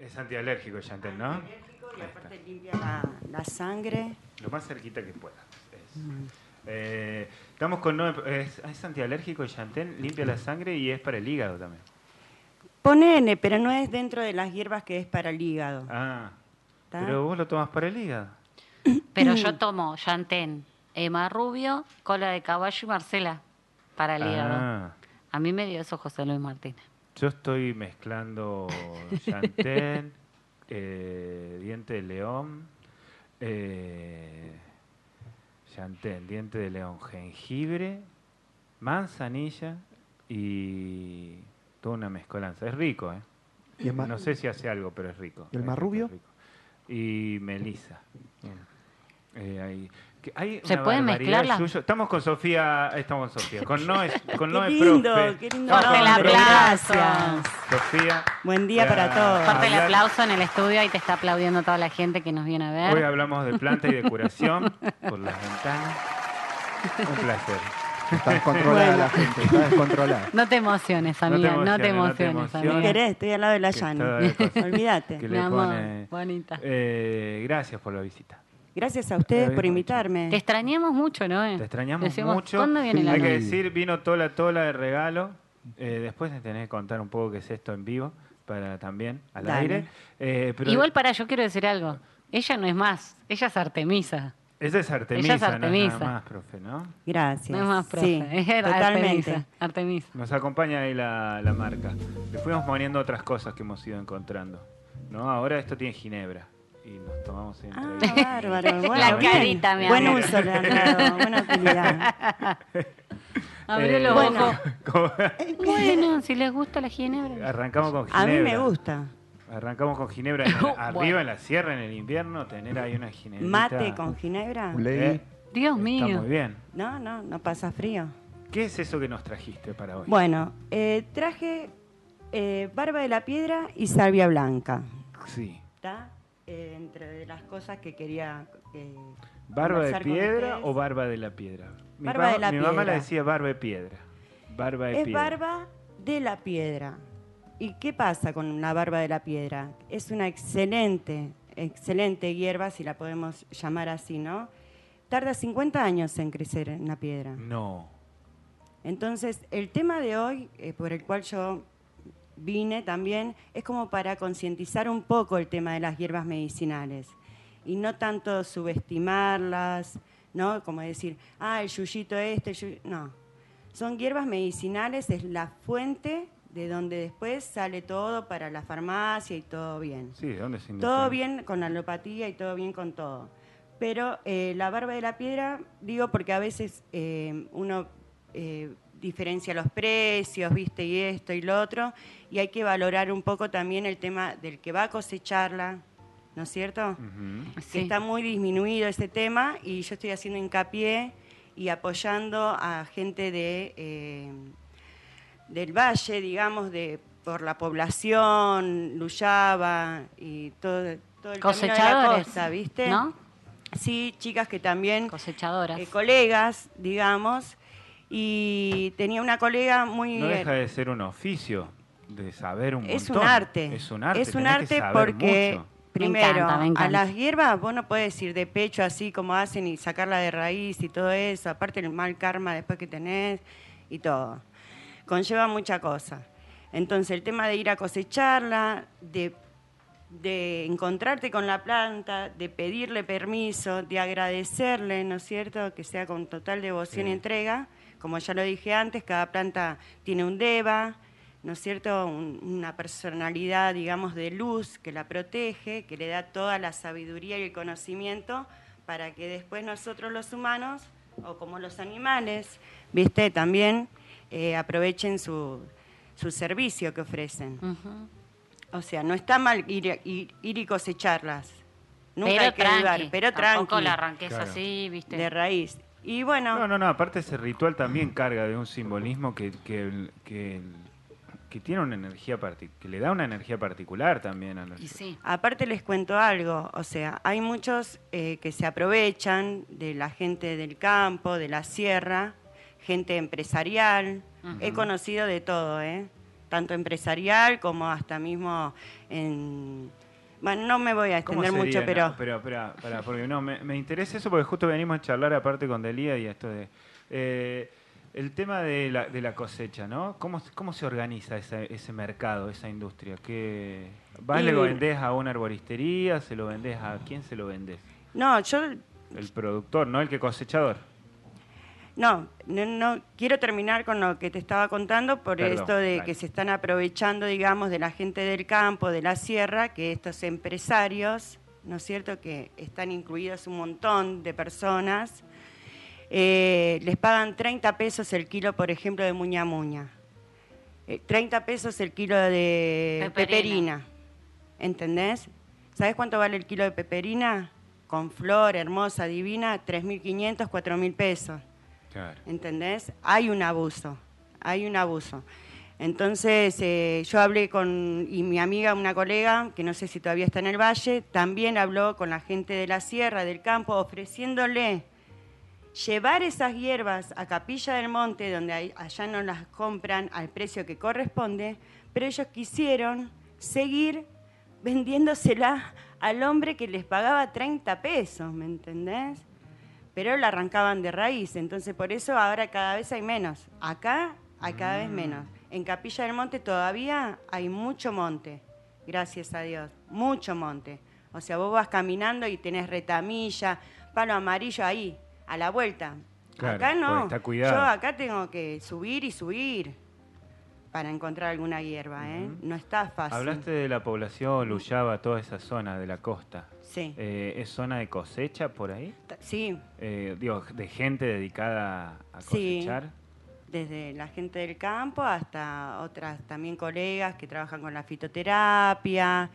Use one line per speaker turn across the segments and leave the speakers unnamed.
Es antialérgico el Chantel, ¿no?
Y aparte limpia la, la sangre.
Lo más cerquita que pueda. Es. Eh, estamos con... no- es, es antialérgico el Chantel, limpia la sangre y es para el hígado también.
Pone N, pero no es dentro de las hierbas que es para el hígado.
Ah,
¿tá?
pero vos lo tomas para el hígado. Mm.
Pero yo tomo Yantén, Emma Rubio, Cola de Caballo y Marcela para el hígado.
Ah,
A mí me dio eso José Luis Martínez.
yo estoy mezclando Chantel, eh, diente de león, eh, Chantel, diente de león, jengibre, manzanilla y toda una mezcolanza. Es rico, ¿eh?
Y el ma-
No sé si hace algo, pero es rico.
¿Y el
Es
marrubio?
rico, es rico. Y melisa. Eh, hay, que hay
¿Se
una
pueden
barbaridad,
mezclar las-
Yuyo. Estamos con Sofía, estamos con Sofía, con Noé, con
Qué
Noé
lindo,
Profe.
qué
Estamos
lindo.
con
Fuerte el
Noé Profe.
aplauso.
Gracias.
Sofía.
Buen día para todos.
Aparte el
Hablar-
aplauso en el estudio y te está aplaudiendo toda la gente que nos viene a
¿Eh?
Hoy
ver.
hablamos de planta y de curación por las ventanas. Un placer.
Está descontrolada
Bueno.
la gente, está descontrolada.
No te emociones, amiga, no te emociones,
no te
Si
emociones.
amiga.
querés, estoy al lado de la
Que toda
llana.
la cosa que
Olvídate.
le
Mi amor,
pone-
bonita.
Eh, gracias por la visita.
Gracias a ustedes por
Te
invitarme.
extrañamos mucho, ¿no? eh?
Te extrañamos
Decimos,
mucho.
¿Cuándo viene la
Hay que
noche?
decir, vino Tola Tola de regalo. Eh, después me tenés que contar un poco qué es esto en vivo, para también al
Dale.
aire. Eh, pero
Igual para yo quiero decir algo. Ella no es más, ella es Artemisa.
Esa es Artemisa,
Ella es
no es
Artemisa.
nada más, profe, ¿no?
Gracias.
No es más profe,
Sí,
es
totalmente.
Artemisa. Artemisa.
Nos acompaña ahí la, la marca. Le fuimos poniendo otras cosas que hemos ido encontrando. ¿no? Ahora esto tiene ginebra. Y nos tomamos entre
Ah,
ahí.
bárbaro. Bueno,
La
bien.
carita, mi
Buen
amor.
uso, Leonardo. Buena utilidad.
Abrió
Eh,
los
bueno,
ojos.
como-
Bueno, si les gusta la ginebra.
arrancamos con ginebra.
A mí me gusta.
Arrancamos con ginebra. en el-
Bueno.
Arriba en la sierra, en el invierno, tener ahí una ginebra.
Mate con ginebra.
Uley.
Dios
Está
mío.
muy bien.
No, no, no pasa frío.
¿Qué es eso que nos trajiste para hoy?
Bueno, eh, traje eh, barba de la piedra y salvia blanca.
Sí.
¿Está? Eh, entre las cosas que quería. eh,
¿Barba de
conversar con
piedra
ustedes.
o barba de la piedra? Mi,
Barba
mamá-
de la
mi mamá
piedra.
le decía barba de piedra. Barba de
Es
piedra.
barba de la piedra. ¿Y qué pasa con la barba de la piedra? Es una excelente, excelente hierba, si la podemos llamar así, ¿no? Tarda 50 años en crecer en la piedra.
No.
Entonces, el tema de hoy, eh, por el cual yo vine también, es como para concientizar un poco el tema de las hierbas medicinales y no tanto subestimarlas, ¿no? Como decir, ah, el yuyito este, el yuy-". no. Son hierbas medicinales, es la fuente de donde después sale todo para la farmacia y todo bien.
Sí, ¿de dónde se inventó?
Todo bien con la alopatía y todo bien con todo. Pero eh, la barba de la piedra, digo porque a veces eh, uno eh, diferencia los precios, viste, y esto y lo otro, y hay que valorar un poco también el tema del que va a cosecharla, ¿no es cierto?
Ujú.
que
Sí.
está muy disminuido este tema y yo estoy haciendo hincapié y apoyando a gente de, eh, del valle, digamos, de por la población, Luyaba y todo, todo el camino de la
Cosechadores.
costa, ¿viste?
¿No?
Sí, chicas que también
Cosechadoras.
eh, colegas, digamos, y tenía una colega muy
No deja de ser un oficio, de saber un
es
montón.
un arte.
Es un arte.
Es un
tenés que
arte
saber
porque,
mucho.
primero,
encanta, me
a
encanta.
las hierbas vos no puedes ir de pecho así como hacen y sacarla de raíz y todo eso. Aparte, el mal karma después que tenés y todo. Conlleva mucha cosa. Entonces, el tema de ir a cosecharla, de, de encontrarte con la planta, de pedirle permiso, de agradecerle, ¿no es cierto? Que sea con total devoción y
Sí.
entrega. Como ya lo dije antes, cada planta tiene un deva, ¿no es cierto? Un- una personalidad, digamos, de luz que la protege, que le da toda la sabiduría y el conocimiento para que después nosotros los humanos, o como los animales, ¿viste? También eh, aprovechen su, su servicio que ofrecen.
Ujú.
O sea, no está mal ir, ir- ir y cosecharlas. Nunca
pero
hay que
tranqui,
dudar, pero
Tampoco
tranqui,
la arranques
Claro.
así, ¿viste?
de raíz. Y bueno,
No, no, no. Aparte, ese ritual también carga de un simbolismo que, que, que, que tiene una energía parti- que le da una energía particular también a los.
Y sí.
Aparte les cuento algo, o sea, hay muchos eh, que se aprovechan de la gente del campo, de la sierra, gente empresarial, he conocido de todo, ¿eh? tanto empresarial como hasta mismo en... Bueno, no me voy a
¿Cómo
extender mucho,
sería?
pero...
No, pero espera, pará, porque no, me, me interesa eso porque justo venimos a charlar aparte con Delia y esto de... eh, el tema de la, de la cosecha, ¿no? ¿Cómo, se- cómo se organiza esa- ese mercado, esa industria? ¿Qué, ¿Vas,
Y-
le lo vendés a una arboristería? ¿Se lo vendés a quién se lo vendés?
No, yo
El productor, no el que cosechador.
No, no, no, quiero terminar con lo que te estaba contando por
Perdón,
esto de
dale.
que se están aprovechando, digamos, de la gente del campo, de la sierra, que estos empresarios, ¿no es cierto?, que están incluidos un montón de personas, eh, les pagan 30 pesos el kilo, por ejemplo, de muña muña, Eh, 30 pesos el kilo de
Peperina.
peperina, ¿entendés? ¿Sabés cuánto vale el kilo de peperina? Con flor, hermosa, divina, 3.500, 4.000 pesos.
Claro.
¿entendés? Hay un abuso, hay un abuso. Entonces, eh, yo hablé con, y mi amiga, una colega, que no sé si todavía está en el valle, también habló con la gente de la sierra, del campo, ofreciéndole llevar esas hierbas a Capilla del Monte, donde ahí- allá no las compran al precio que corresponde, pero ellos quisieron seguir vendiéndosela al hombre que les pagaba 30 pesos, ¿me entendés? pero la arrancaban de raíz. Entonces, por eso ahora cada vez hay menos. Acá hay cada
Mm.
vez menos. En Capilla del Monte todavía hay mucho monte, gracias a Dios, mucho monte. O sea, vos vas caminando y tenés retamilla, palo amarillo ahí, a la vuelta.
Claro,
acá no.
porque está cuidado.
Yo acá tengo que subir y subir para encontrar alguna hierba, ¿eh? No está fácil.
Hablaste de la población, Luyaba, toda esa zona de la costa.
Sí.
Eh, ¿Es zona de cosecha por ahí?
T- Sí,
Eh, digo, de gente dedicada a
Sí.
cosechar.
desde la gente del campo hasta otras también colegas que trabajan con la fitoterapia,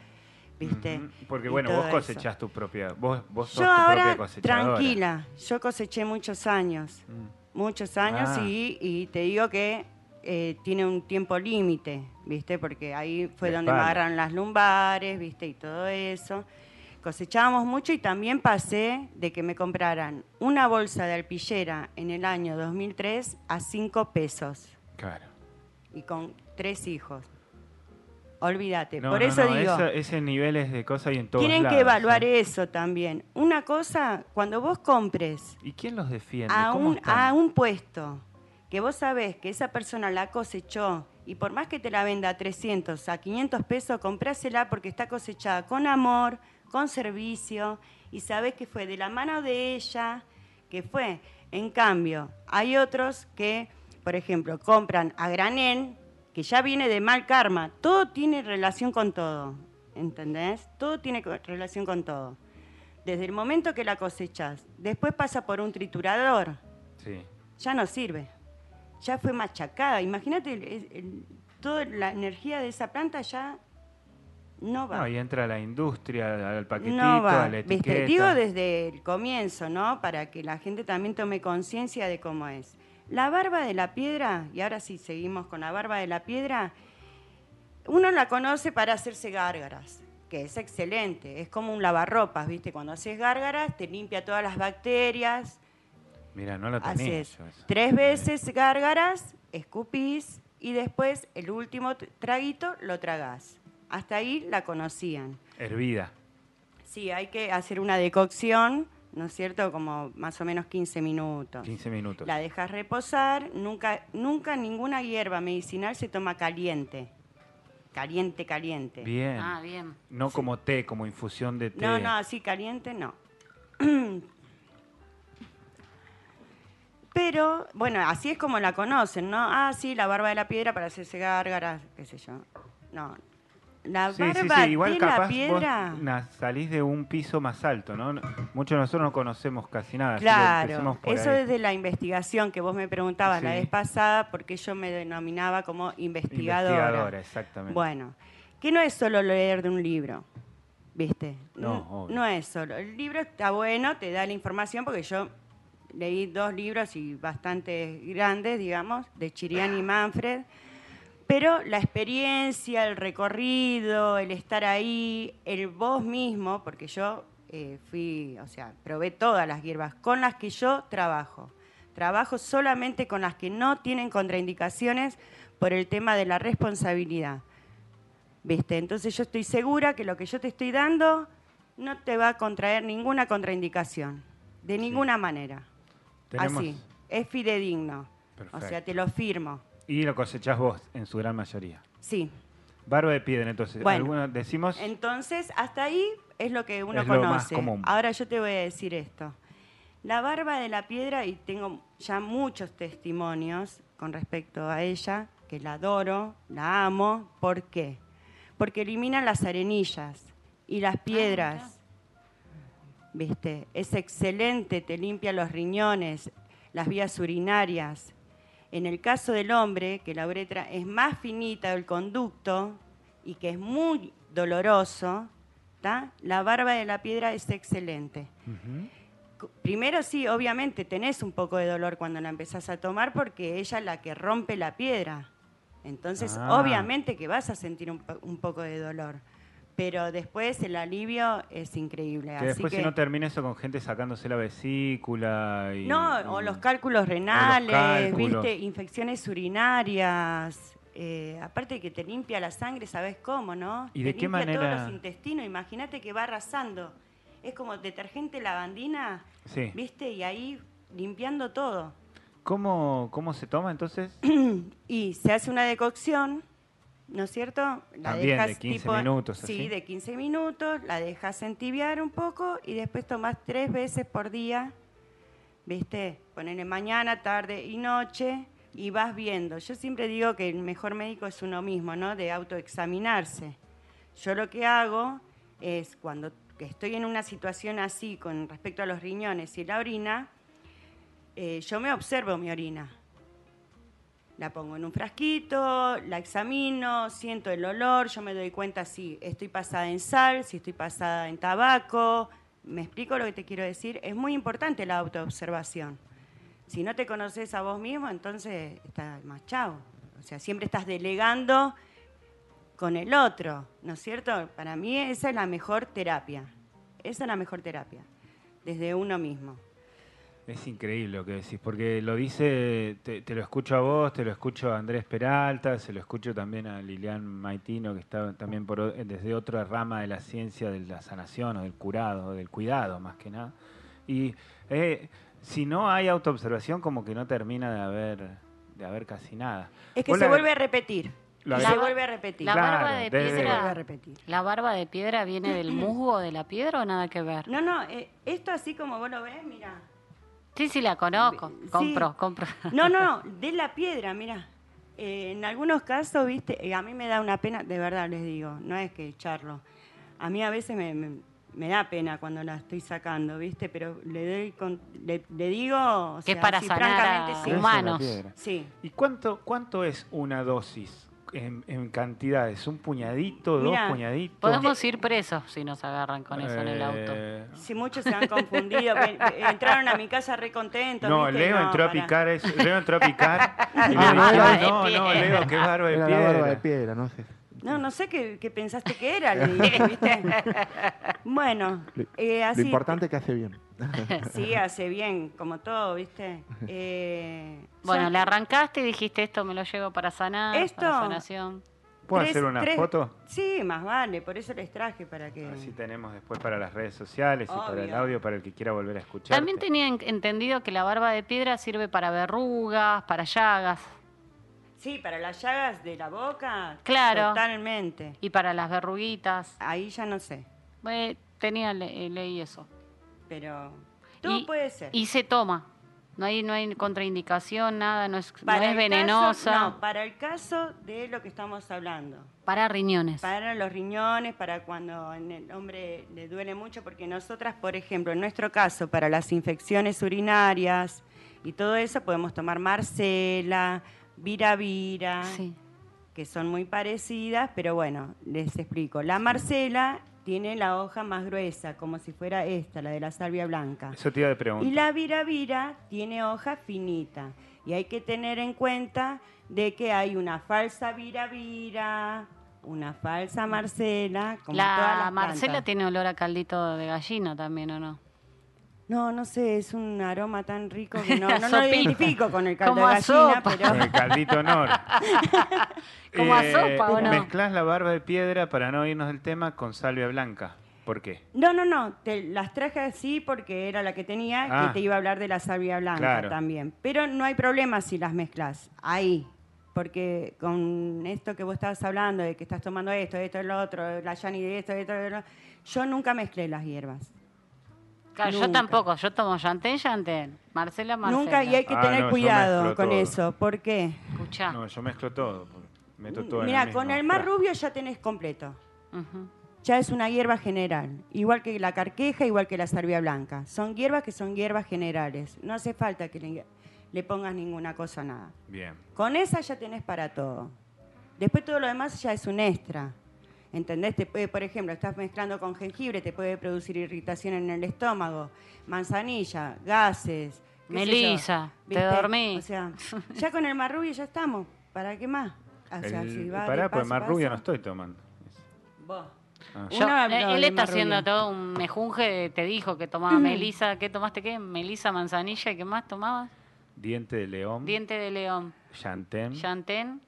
¿viste?
Ujú, Porque
Y
bueno,
todo
vos
eso.
cosechás tu propia, vos, vos sos
Yo
tu
ahora,
propia cosechadora.
tranquila, yo coseché muchos años,
Mm,
muchos años
Ah.
y, y te digo que eh, tiene un tiempo límite, ¿viste? Porque ahí fue
La
donde me
espalda.
agarraron las lumbares, ¿viste? Y todo eso. Cosechábamos mucho y también pasé de que me compraran una bolsa de alpillera en el año 2003 a 5 pesos.
Claro.
y con tres hijos. Olvídate.
No,
Por
no,
eso
no,
digo,
esa- ese nivel es de cosas y en todos
tienen
lados,
que evaluar e-
¿eh?
eso también. Una cosa, cuando vos compres
¿Y quién los defiende?
a
¿Cómo
un,
están?
a un puesto que vos sabés que esa persona la cosechó y por más que te la venda a 300, a 500 pesos, comprásela porque está cosechada con amor, con servicio y sabés que fue de la mano de ella, que fue. En cambio, hay otros que, por ejemplo, compran a granel, que ya viene de mal karma. Todo tiene relación con todo, ¿entendés? Todo tiene co- relación con todo. Desde el momento que la cosechas, después pasa por un triturador,
Sí.
ya no sirve. Ya fue machacada. Imagínate, el- el- el- toda la energía de esa planta ya no va.
No, y entra la industria, al paquetito,
No va.
a la
Viste,
etiqueta.
Digo desde el comienzo, ¿no? Para que la gente también tome conciencia de cómo es. La barba de la piedra, y ahora sí seguimos con la barba de la piedra, uno la conoce para hacerse gárgaras, que es excelente. Es como un lavarropas, ¿viste? Cuando haces gárgaras te limpia todas las bacterias,
Mira, no lo tenía
Haces
yo eso.
tres veces gárgaras, escupís y después el último t- traguito lo tragás. Hasta ahí la conocían.
Hervida.
Sí, hay que hacer una decocción, ¿no es cierto? Como más o menos 15 minutos.
15 minutos.
La dejas reposar, nunca, nunca ninguna hierba medicinal se toma caliente. Caliente, caliente.
Bien.
Ah, bien.
No como té, como infusión de té.
No, no, así caliente no. Pero, bueno, así es como la conocen, ¿no? Ah, sí, la barba de la piedra para hacerse gárgaras, qué sé yo. No. La
Sí, sí,
barba
sí, igual
de
capaz
la piedra.
vos na- salís de un piso más alto, ¿no? No- Muchos de nosotros no conocemos casi nada. así que
Claro,
empecemos por
eso
ahí.
es de la investigación que vos me preguntabas la
Sí.
vez pasada, porque yo me denominaba como investigadora.
Investigadora, exactamente.
Bueno, que no es solo leer de un libro, ¿viste?
No,
N-
obvio.
no es solo. El libro está bueno, te da la información, porque yo leí dos libros y bastante grandes, digamos, de Chirián y Manfred, pero la experiencia, el recorrido, el estar ahí, el vos mismo, porque yo eh, fui, o sea, probé todas las hierbas con las que yo trabajo. Trabajo solamente con las que no tienen contraindicaciones por el tema de la responsabilidad. ¿Viste? Entonces yo estoy segura que lo que yo te estoy dando no te va a contraer ninguna contraindicación, de ninguna manera.
Tenemos-
Así, es fidedigno. O sea,
Perfecto.
te lo firmo.
Y lo cosechás vos, en su gran mayoría.
Sí.
Barro de piedra, entonces.
Bueno.
Algunos decimos.
Entonces, hasta ahí es lo que uno
Es lo
conoce.
más común.
Ahora yo te voy a decir esto. La barba de la piedra, y tengo ya muchos testimonios con respecto a ella, que la adoro, la amo. ¿Por qué? Porque elimina las arenillas y las piedras. ¿Viste? Es excelente, te limpia los riñones, las vías urinarias. En el caso del hombre, que la uretra es más finita del conducto y que es muy doloroso, ¿tá? la barba de la piedra es excelente.
Ujú.
Cu- Primero sí, obviamente tenés un poco de dolor cuando la empezás a tomar porque ella es la que rompe la piedra. Entonces,
Ah.
obviamente que vas a sentir un, po- un poco de dolor. Pero después el alivio es increíble.
Que
Así
después
que,
si no termina eso con gente sacándose la vesícula y...
no, o los cálculos renales,
cálculos.
viste, infecciones urinarias. eh, aparte que te limpia la sangre, ¿sabes cómo, no?
¿Y de
Te
qué
limpia
manera?
todos los intestinos, imagínate que va arrasando. Es como detergente lavandina,
Sí.
viste, y ahí limpiando todo.
¿Cómo, ¿Cómo se toma entonces?
Y se hace una decocción, ¿no es cierto? La
También de 15 minutos,
Sí,
así.
de 15 minutos, la dejas entibiar un poco y después tomás tres veces por día, ¿viste? Ponele mañana, tarde y noche y vas viendo. Yo siempre digo que el mejor médico es uno mismo, ¿no? De autoexaminarse. Yo lo que hago es cuando estoy en una situación así con respecto a los riñones y la orina, eh, yo me observo mi orina. La pongo en un frasquito, la examino, siento el olor, yo me doy cuenta si estoy pasada en sal, si estoy pasada en tabaco. ¿Me explico lo que te quiero decir? Es muy importante la autoobservación. Si no te conoces a vos mismo, entonces estás más chavo. O sea, siempre estás delegando con el otro, ¿no es cierto? Para mí esa es la mejor terapia. Esa es la mejor terapia, desde uno mismo.
Es increíble lo que decís, porque lo dice, te, te lo escucho a vos, te lo escucho a Andrés Peralta, se lo escucho también a Lilian Maitino, que está también por, o- desde otra rama de la ciencia de la sanación o del curado, o del cuidado más que nada. Y eh, si no hay autoobservación, como que no termina de haber, de haber casi nada.
Es que
Vos
se
la-
vuelve a repetir.
La-
Y
La-
se vuelve a repetir.
La
Claro,
barba de
desde-
se vuelve a
piedra.
repetir.
¿La barba de piedra viene del musgo de la piedra o nada que ver?
No, no, eh, esto así como vos lo ves, mira.
Sí, sí, la conozco.
Sí.
Compro, compro.
No, no, no, de la piedra, mira. Eh, en algunos casos, viste, eh, a mí me da una pena, de verdad les digo, no es que charlo. A mí a veces me, me- me da pena cuando la estoy sacando, viste, pero le doy, con- le, le digo, o
Que es
sea,
para
sí,
sanar a-
francamente, sí.
Esa es la
Humanos.
piedra.
Sí.
¿Y cuánto, cuánto es una dosis en, en cantidades? ¿Un puñadito, dos
Mirá,
puñaditos?
Podemos ir presos si nos agarran con eso en el auto.
Eh,
Sí, muchos se han confundido. ven- Entraron a mi casa recontentos.
No,
¿viste?
Leo
No,
entró a
pará.
picar eso. Leo entró a picar. y le
Ah,
dijeron,
barba
de
no, no,
piedra".
Leo, qué barba de
Era
piedra.
la barba de piedra, no sé.
No, no sé qué, qué pensaste que era, le dije, ¿viste? Bueno,
Lo,
eh,
lo
así.
importante es que hace bien.
Sí, hace bien, como todo, ¿viste? Eh,
Bueno,
son
la arrancaste y dijiste esto me lo llevo para sanar,
Esto-
para sanación.
¿Puedo
tres-
hacer una
tres-
foto? Ah,
Sí, más vale, por eso les traje para que.
Así tenemos después para las redes sociales y para el
Obvio.
audio, para el que quiera volver a escuchar.
También tenía en- entendido que la barba de piedra sirve para verrugas, para llagas
Sí, para las llagas de la boca.
Claro.
Totalmente.
y para las verruguitas.
Ahí ya no sé,
Eh, tenía, le- eh, leí eso.
pero todo
Y-
puede ser.
Y se toma. No hay, no hay contraindicación, nada, no es, no
Para
es
el
venenosa.
caso- no, para el caso de lo que estamos hablando.
Para riñones.
Para los riñones, para cuando en el hombre le duele mucho, porque nosotras, por ejemplo, en nuestro caso, para las infecciones urinarias y todo eso, podemos tomar marcela, viravira,
Sí.
que son muy parecidas, pero bueno, les explico. La marcela tiene la hoja más gruesa, como si fuera esta, la de la salvia blanca.
Eso te iba a preguntar.
Y la viravira tiene hoja finita. Y hay que tener en cuenta de que hay una falsa viravira, una falsa marcela, como todas
La
las
Marcela
plantas.
tiene olor a caldito de gallina también, ¿o no?
No, no sé, es un aroma tan rico que no, no, lo
Sopita.
identifico con el caldo
Como
de
a
gallina,
sopa.
Con
pero
el caldito Nor.
Como a sopa, ¿o no?
Mezclás la barba de piedra para no irnos del tema con salvia blanca. ¿Por qué?
no, no, no, te las traje así porque era la que tenía
Ah.
que te iba a hablar de la salvia blanca
Claro.
también, pero no hay problema si las mezclas ahí, porque con esto que vos estabas hablando de que estás tomando esto, esto, lo otro, la yani de esto, esto, lo otro, yo nunca mezclé las hierbas.
Claro, yo
Nunca.
tampoco, yo tomo Yantén, Yantén. Marcela, Marcela.
Nunca y hay que
Ah,
tener
no, yo mezclo
cuidado con
todo.
eso, ¿por qué?
Escuchá.
No, yo mezclo todo. Meto todo en
Mira,
el
Ah. Mm, con
mismo
el más
frasco.
rubio ya tenés completo.
Ujú.
ya es una hierba general, igual que la carqueja, igual que la salvia blanca. Son hierbas que son hierbas generales. No hace falta que le, le pongas ninguna cosa a nada.
Bien.
Con esa ya tenés para todo. Después todo lo demás ya es un extra. ¿Entendés? Te puede, por ejemplo, estás mezclando con jengibre, te puede producir irritación en el estómago, manzanilla, gases. qué sé yo.
Melisa, te
¿Viste?
dormí.
O sea, ya con el marrubio ya estamos. ¿para qué más? O sea,
El-
si va de
pará, pues
paso,
más rubio
paso.
no estoy tomando.
Vos.
Ah.
Yo-
Uno habló
él- él
de Mm.
está
Marrubio.
haciendo todo un mejunje, de- te dijo que tomaba melisa, ¿qué tomaste qué? Melisa, manzanilla, ¿y qué más tomabas?
Diente de león,
Diente de león,
yantén,
Yantén,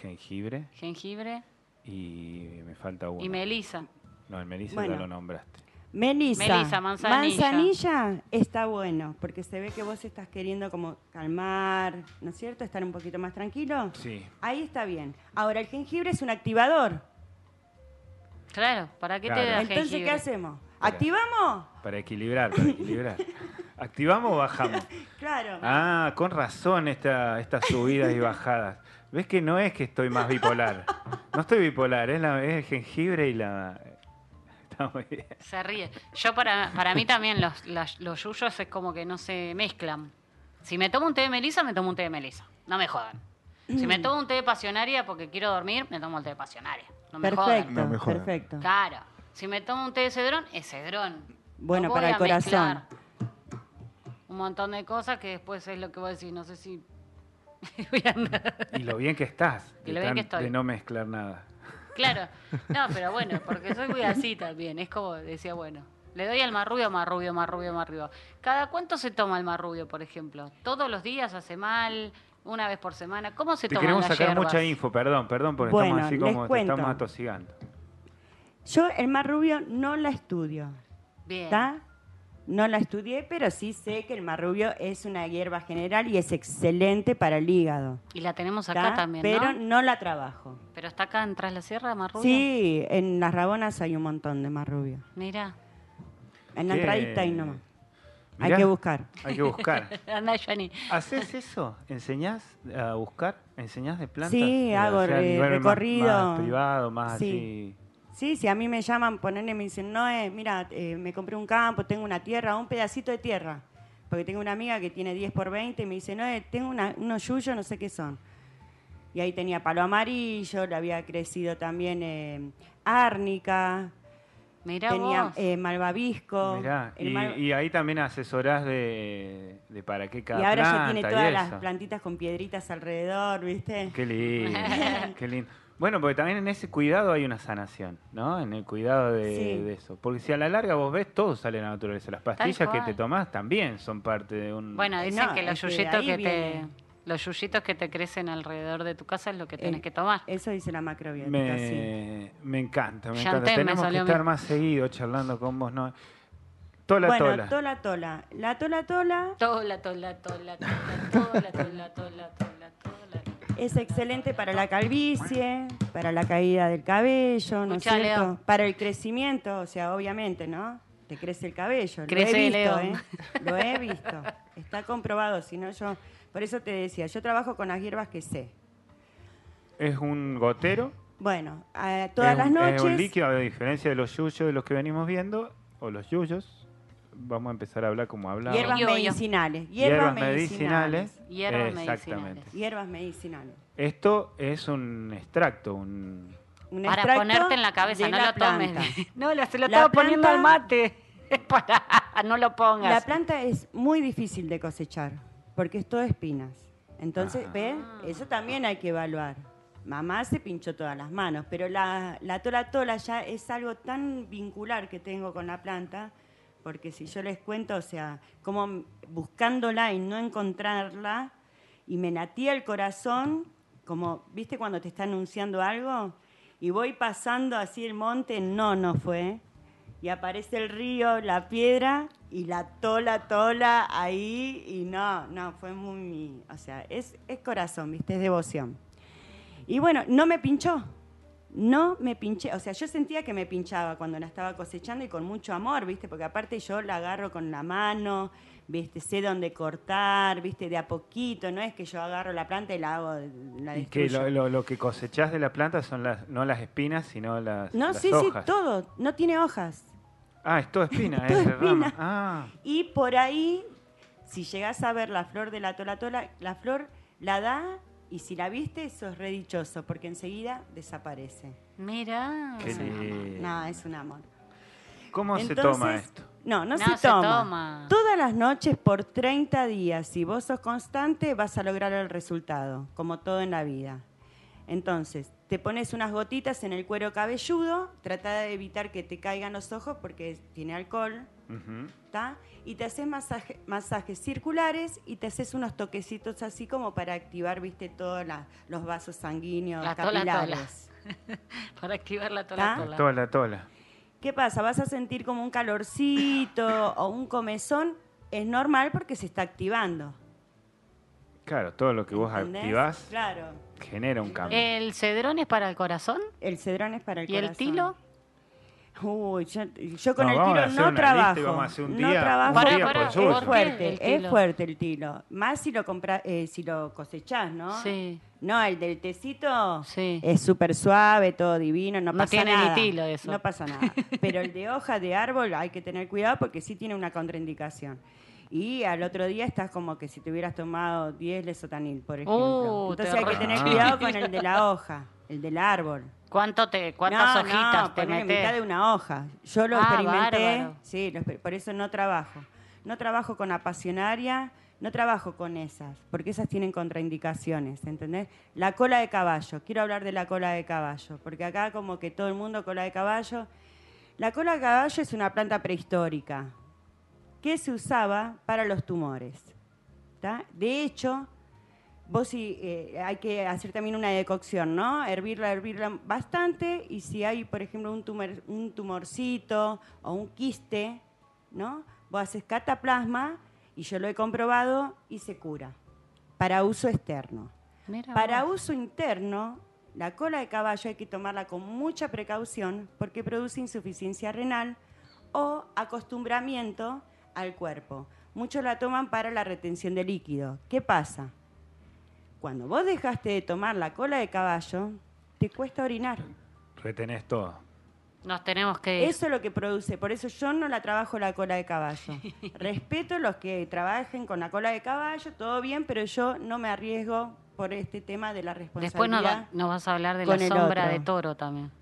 jengibre
jengibre
y me falta uno.
y melisa.
No, el melisa ya
Bueno.
lo nombraste.
Melisa,
Melisa, manzanilla.
Manzanilla está bueno, porque se ve que vos estás queriendo como calmar, ¿no es cierto? Estar un poquito más tranquilo.
Sí.
Ahí está bien. Ahora, el jengibre es un activador.
Claro, ¿para qué te
Claro.
da
Entonces,
jengibre?
¿qué hacemos?
Espera.
¿Activamos?
Para equilibrar, para equilibrar. ¿Activamos o bajamos?
Claro.
Ah, con razón esta- estas subidas y bajadas. ¿Ves que no es que estoy más bipolar? No estoy bipolar, es, la, es el jengibre y la... Está muy bien.
Se ríe. Yo para, para mí también los, las- los yuyos es como que no se mezclan. Si me tomo un té de melisa, me tomo un té de melisa. No me jodan. Si
Mm.
me tomo un té de pasionaria porque quiero dormir, me tomo el té de pasionaria. No me
perfecto,
No me jodan.
perfecto.
jodan. Claro. Si me tomo un té de cedrón, es cedrón.
Bueno,
No voy
para el
a
corazón.
mezclar Un montón de cosas que después es lo que voy a decir. No sé si... voy a andar.
Y lo bien que estás. de
Y lo bien
tan-
que estoy.
De no mezclar nada.
Claro, no, pero bueno, porque soy muy así también. Es como decía, bueno, le doy al marrubio, marrubio, marrubio, marrubio. ¿Cada cuánto se toma el marrubio, por ejemplo? ¿Todos los días hace mal? ¿Una vez por semana? ¿Cómo se
Te
toma
queremos
las
sacar
hierbas?
mucha info, perdón, perdón, porque
Bueno,
estamos así
les
como te
cuento.
estamos atosigando.
Yo el mar rubio no la estudio,
Bien.
¿está? No la estudié, pero sí sé que el mar rubio es una hierba general y es excelente para el hígado.
Y la tenemos acá
¿tá?
también,
pero
¿no?
no la trabajo.
Pero está acá en Tras la Sierra, marrubio.
Sí, en las Rabonas hay un montón de marrubio.
Mira,
En la
Bien.
entradita y nomás. Hay
Mirá,
que buscar.
Hay que buscar.
anda, Yani.
¿Haces eso? ¿Enseñás eh, a buscar? ¿Enseñás de plantas?
Sí,
Eh,
hago
a
re-
nivel más-
recorrido.
Más, privado, más
Sí.
así.
Sí, si a mí me llaman, ponerle, me dicen, no, mira, eh, me compré un campo, tengo una tierra, un pedacito de tierra. Porque tengo una amiga que tiene 10 por 20 y me dice, no, eh, tengo una- unos yuyos, no sé qué son. Y ahí tenía palo amarillo, le había crecido también eh, árnica,
Mirá
tenía
vos.
eh, malvavisco.
Mirá,
el
y,
mal-
y ahí también asesorás de, de para qué
y
cada
ahora ya
planta
tiene
y
todas las
eso.
plantitas con piedritas alrededor, ¿viste?
Qué lindo, qué lindo. Bueno, porque también en ese cuidado hay una sanación, ¿no? En el cuidado de,
Sí.
de eso. Porque si a la larga vos ves, todo sale de la naturaleza. Las pastillas que
cual.
te tomás también son parte de un...
Bueno, dicen
No,
que los
es que de
yuyitos
ahí
que, te...
viene.
Los yuyitos que te crecen alrededor de tu casa es lo que
Eh,
tenés que tomar.
Eso dice la macrobiótica, sí.
Me, me encanta, me encanta.
Yantén me
Tenemos que
salió
estar
mi-
más seguido charlando con vos, ¿no? Tola,
bueno,
tola.
tola, tola. La tola, tola
Tola, tola, tola, tola, tola, tola, tola, tola, tola.
es excelente para la calvicie, para la caída del cabello, ¿no es
Escuchá,
cierto?
Leo.
Para el crecimiento, o sea, obviamente, ¿no? Te crece el cabello.
Crece,
Lo he visto,
Leo.
¿eh? Lo he visto. Está comprobado, si no yo... Por eso te decía, yo trabajo con las hierbas que sé.
Es un gotero.
Bueno, a- todas
es
las
un-
noches...
Es un líquido, a diferencia de los yuyos de los que venimos viendo, o los yuyos. Vamos a empezar a hablar como hablaba.
Hierbas
Yo, yo.
medicinales.
Hierbas
Hierbas medicinales.
Hierbas
Exactamente.
medicinales.
Hierbas medicinales.
Esto es un extracto, un...
Un
Para
extracto
ponerte en la cabeza,
de
no
la
lo tomes.
planta.
No, lo- se lo
La
estaba poniendo
planta-
al mate. Para, no lo pongas.
La planta es muy difícil de cosechar porque es todo espinas. Entonces,
Ah.
¿ves? Eso también hay que evaluar. Mamá se pinchó todas las manos, pero la, la tola tola ya es algo tan vincular que tengo con la planta, porque si yo les cuento, o sea, como m- buscándola y no encontrarla, y me latía el corazón, como, ¿viste cuando te está anunciando algo? Y voy pasando así el monte, no, no fue. Y aparece el río, la piedra y la tola, tola ahí. Y no, no, fue muy. O sea, es, es corazón, ¿viste? Es devoción. Y bueno, no me pinchó. No me pinché. O sea, yo sentía que me pinchaba cuando la estaba cosechando y con mucho amor, ¿viste? Porque aparte yo la agarro con la mano, ¿viste? Sé dónde cortar, ¿viste? De a poquito. No es que yo agarro la planta y la hago. La
Y que
destruyo.
lo, lo- lo que cosechás de la planta son las, no las espinas, sino las,
No,
las
sí,
hojas.
sí, todo. No tiene hojas.
Ah, es todo espina,
Todo
es de rama.
espina.
Ah,
Y por ahí, si llegás a ver la flor de la tola tola, la flor la da y si la viste, sos re dichoso, porque enseguida desaparece.
Mira.
Qué
Es un amor.
lindo.
No, es un amor.
¿cómo se
Entonces,
toma esto?
No, no,
No,
se,
se
toma.
toma.
Todas las noches por 30 días, si vos sos constante, vas a lograr el resultado, como todo en la vida. Entonces, te pones unas gotitas en el cuero cabelludo, trata de evitar que te caigan los ojos porque tiene alcohol,
Ujú.
¿tá? Y te haces masaje- masajes circulares y te haces unos toquecitos así como para activar, viste, todos la- los vasos sanguíneos,
La tola,
capilares.
Para activar la
¿Tá?
tola
La
tola.
tola, tola.
¿Qué pasa? Vas a sentir como un calorcito o un comezón. Es normal porque se está activando.
Claro, todo lo que vos
¿entendés?
activás
Claro. Eh,
genera un cambio.
¿El cedrón es para el corazón?
El cedrón es para el
¿Y el
corazón.
tilo?
Uy, yo, yo con
No,
el
vamos a
tilo
hacer
no
una
trabajo.
lista y vamos a hacer un
no
día-
trabajo.
un
Pará,
día
pará,
por suyo.
es
¿por qué el
fuerte, es
tilo?
fuerte el tilo. Más si lo compra, eh, si lo cosechás, ¿no? Eh,
Sí.
No, el del tecito
Sí.
es súper suave, todo divino, no,
No
pasa
tiene ni
nada.
tilo eso.
No pasa nada. Pero el de hoja de árbol hay que tener cuidado porque sí tiene una contraindicación. Y al otro día estás como que si te hubieras tomado 10 lesotanil, por ejemplo.
Uh,
Entonces hay que
terrible.
tener cuidado con el de la hoja, el del árbol.
¿Cuánto te, ¿Cuántas
No,
hojitas
no,
te
poner en mitad de
metes?
una hoja. Yo lo
Ah,
experimenté.
bárbaro.
Sí, lo exper- por eso no trabajo. No trabajo con apasionaria, no trabajo con esas, porque esas tienen contraindicaciones, ¿entendés? La cola de caballo, quiero hablar de la cola de caballo, porque acá como que todo el mundo cola de caballo. La cola de caballo es una planta prehistórica que se usaba para los tumores. ¿tá? De hecho, Vos si eh, hay que hacer también una decocción, ¿no? Hervirla, hervirla bastante y si hay, por ejemplo, un, tumor, un tumorcito o un quiste, ¿no? Vos haces cataplasma y yo lo he comprobado y se cura para uso externo.
Mira
Para
vos.
uso interno, la cola de caballo hay que tomarla con mucha precaución porque produce insuficiencia renal o acostumbramiento al cuerpo. Muchos la toman para la retención de líquido. ¿Qué pasa? Cuando vos dejaste de tomar la cola de caballo, te cuesta orinar.
Retenés todo.
Nos tenemos que ir.
Eso es lo que produce. Por eso yo no la trabajo la cola de caballo. Respeto los que trabajen con la cola de caballo, todo bien, pero yo no me arriesgo por este tema de la
Después nos,
responsabilidad.
va- nos vas a hablar de
con
la
el
sombra
otro.
de toro también.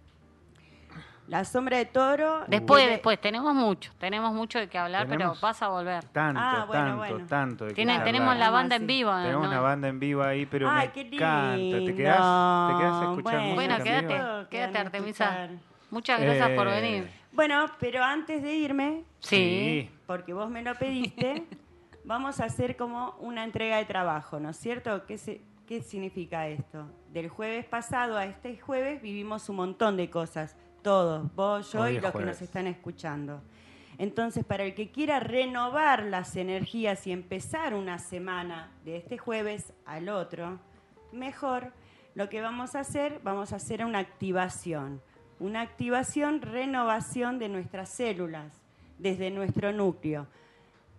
La sombra de toro. eh,
Después,
que-
después, tenemos mucho, tenemos mucho de qué hablar,
Tenemos-
pero vas a volver.
Tanto,
Ah, bueno,
tanto,
bueno.
tanto. de qué
Tiene-
charlar.
tenemos la
Vamos
banda en
así.
vivo.
Tenemos
¿no?
una banda en vivo ahí, pero
Ay,
me
qué lindo.
encanta. ¿Te quedás, te quedás a escuchar
Bueno.
música
Bueno,
en
quédate.
vivo?
quédate, quédate
Quedan a
Artemisa.
escuchar.
Muchas gracias por
Eh,
venir.
Bueno, pero antes de irme,
Sí.
porque vos me lo pediste, vamos a hacer como una entrega de trabajo, ¿no es cierto? ¿Qué, se- qué significa esto? Del jueves pasado a este jueves vivimos un montón de cosas, todos, vos, yo
Hoy
y
es
los que
jueves.
nos están escuchando. Entonces, para el que quiera renovar las energías y empezar una semana de este jueves al otro, mejor, lo que vamos a hacer, vamos a hacer una activación. Una activación, renovación de nuestras células, desde nuestro núcleo.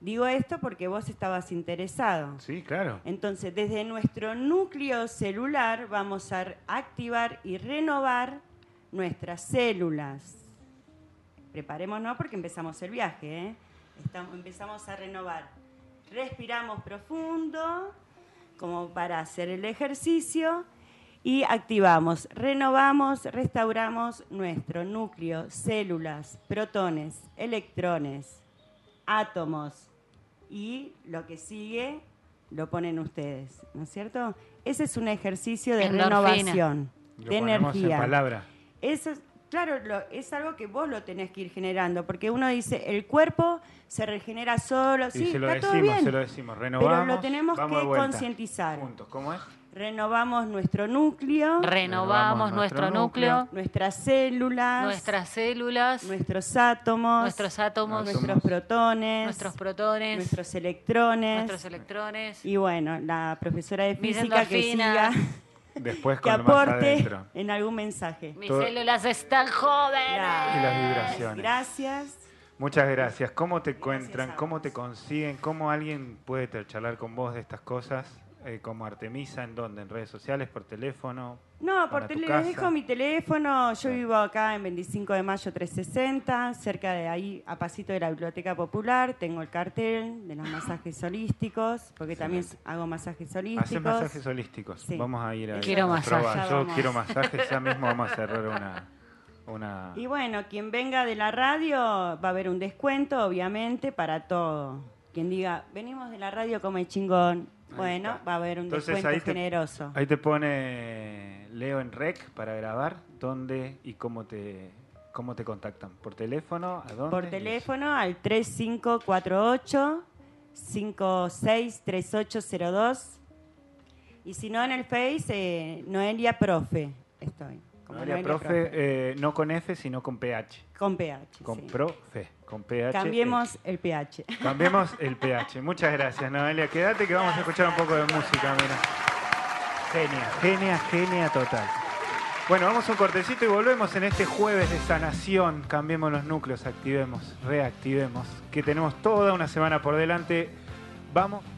Digo esto porque vos estabas interesado.
Sí, claro.
Entonces, desde nuestro núcleo celular vamos a r- activar y renovar nuestras células. Preparémonos porque empezamos el viaje. ¿eh? Estamos- empezamos a renovar. Respiramos profundo, como para hacer el ejercicio, y activamos, renovamos, restauramos nuestro núcleo, células, protones, electrones, átomos, y lo que sigue lo ponen ustedes, ¿no es cierto? Ese es un ejercicio de
Endorfina.
renovación,
Lo
de
ponemos en
energía.
palabra.
Eso es- Claro, lo- es algo que vos lo tenés que ir generando, porque uno dice, el cuerpo se regenera solo, sí,
y se lo
está todo
decimos,
bien.
se lo decimos, renovamos.
pero lo tenemos
vamos de
que
vuelta,
concientizar.
Juntos, ¿cómo es?
Renovamos nuestro núcleo,
Renovamos
Renovamos nuestro
nuestro
núcleo,
nuestras células,
nuestras células,
nuestros átomos,
nuestros átomos,
Nuestros
nuestros protones,
nuestros protones,
nuestros electrones.
nuestros electrones.
y bueno, la profesora de
Mis
física que siga,
endorfinas.
Después
que
con más
aporte
adentro.
en algún mensaje.
Mis
Todo-
células están
Y las
jóvenes.
vibraciones.
Gracias.
Muchas gracias. ¿Cómo te encuentran?
a vos.
¿Cómo te consiguen? ¿Cómo alguien puede te- charlar con vos de estas cosas? Eh, como Artemisa, ¿en dónde? ¿En redes sociales? ¿Por teléfono? Para
No, por
tu
tele,
casa.
les dejo mi teléfono. Yo
Claro.
vivo acá en 25 de mayo 360, cerca de ahí, a pasito de la Biblioteca Popular. Tengo el cartel de los masajes holísticos, porque también hago masajes holísticos.
Haces masajes holísticos.
Sí.
Vamos a ir a
Quiero
a
masajes.
probar.
Ya
Yo
vamos.
quiero masajes. Ya mismo vamos a cerrar una. una...
Y bueno, quien venga de la radio va a haber un descuento, obviamente, para todo. Quien diga, venimos de la radio como el chingón, bueno,
está.
va a haber un
Entonces, ahí
descuento
te-
generoso.
Ahí te pone Leo en Rec para grabar. ¿Dónde y cómo te, cómo te contactan? ¿Por teléfono? ¿A dónde?
Por teléfono al 3548 563802 y si no en el Face eh, Noelia Profe estoy. como
Noelia profe, eh, no con F, sino con PH.
Con PH.
Con
sí.
profe. Con PH.
Cambiemos el PH.
Cambiemos el pH. Muchas gracias, Noelia. Quédate que vamos a escuchar un poco de música, mira. Genia, genia, genia total. Bueno, vamos a un cortecito y volvemos en este jueves de sanación. Cambiemos los núcleos, activemos, reactivemos, que tenemos toda una semana por delante. Vamos.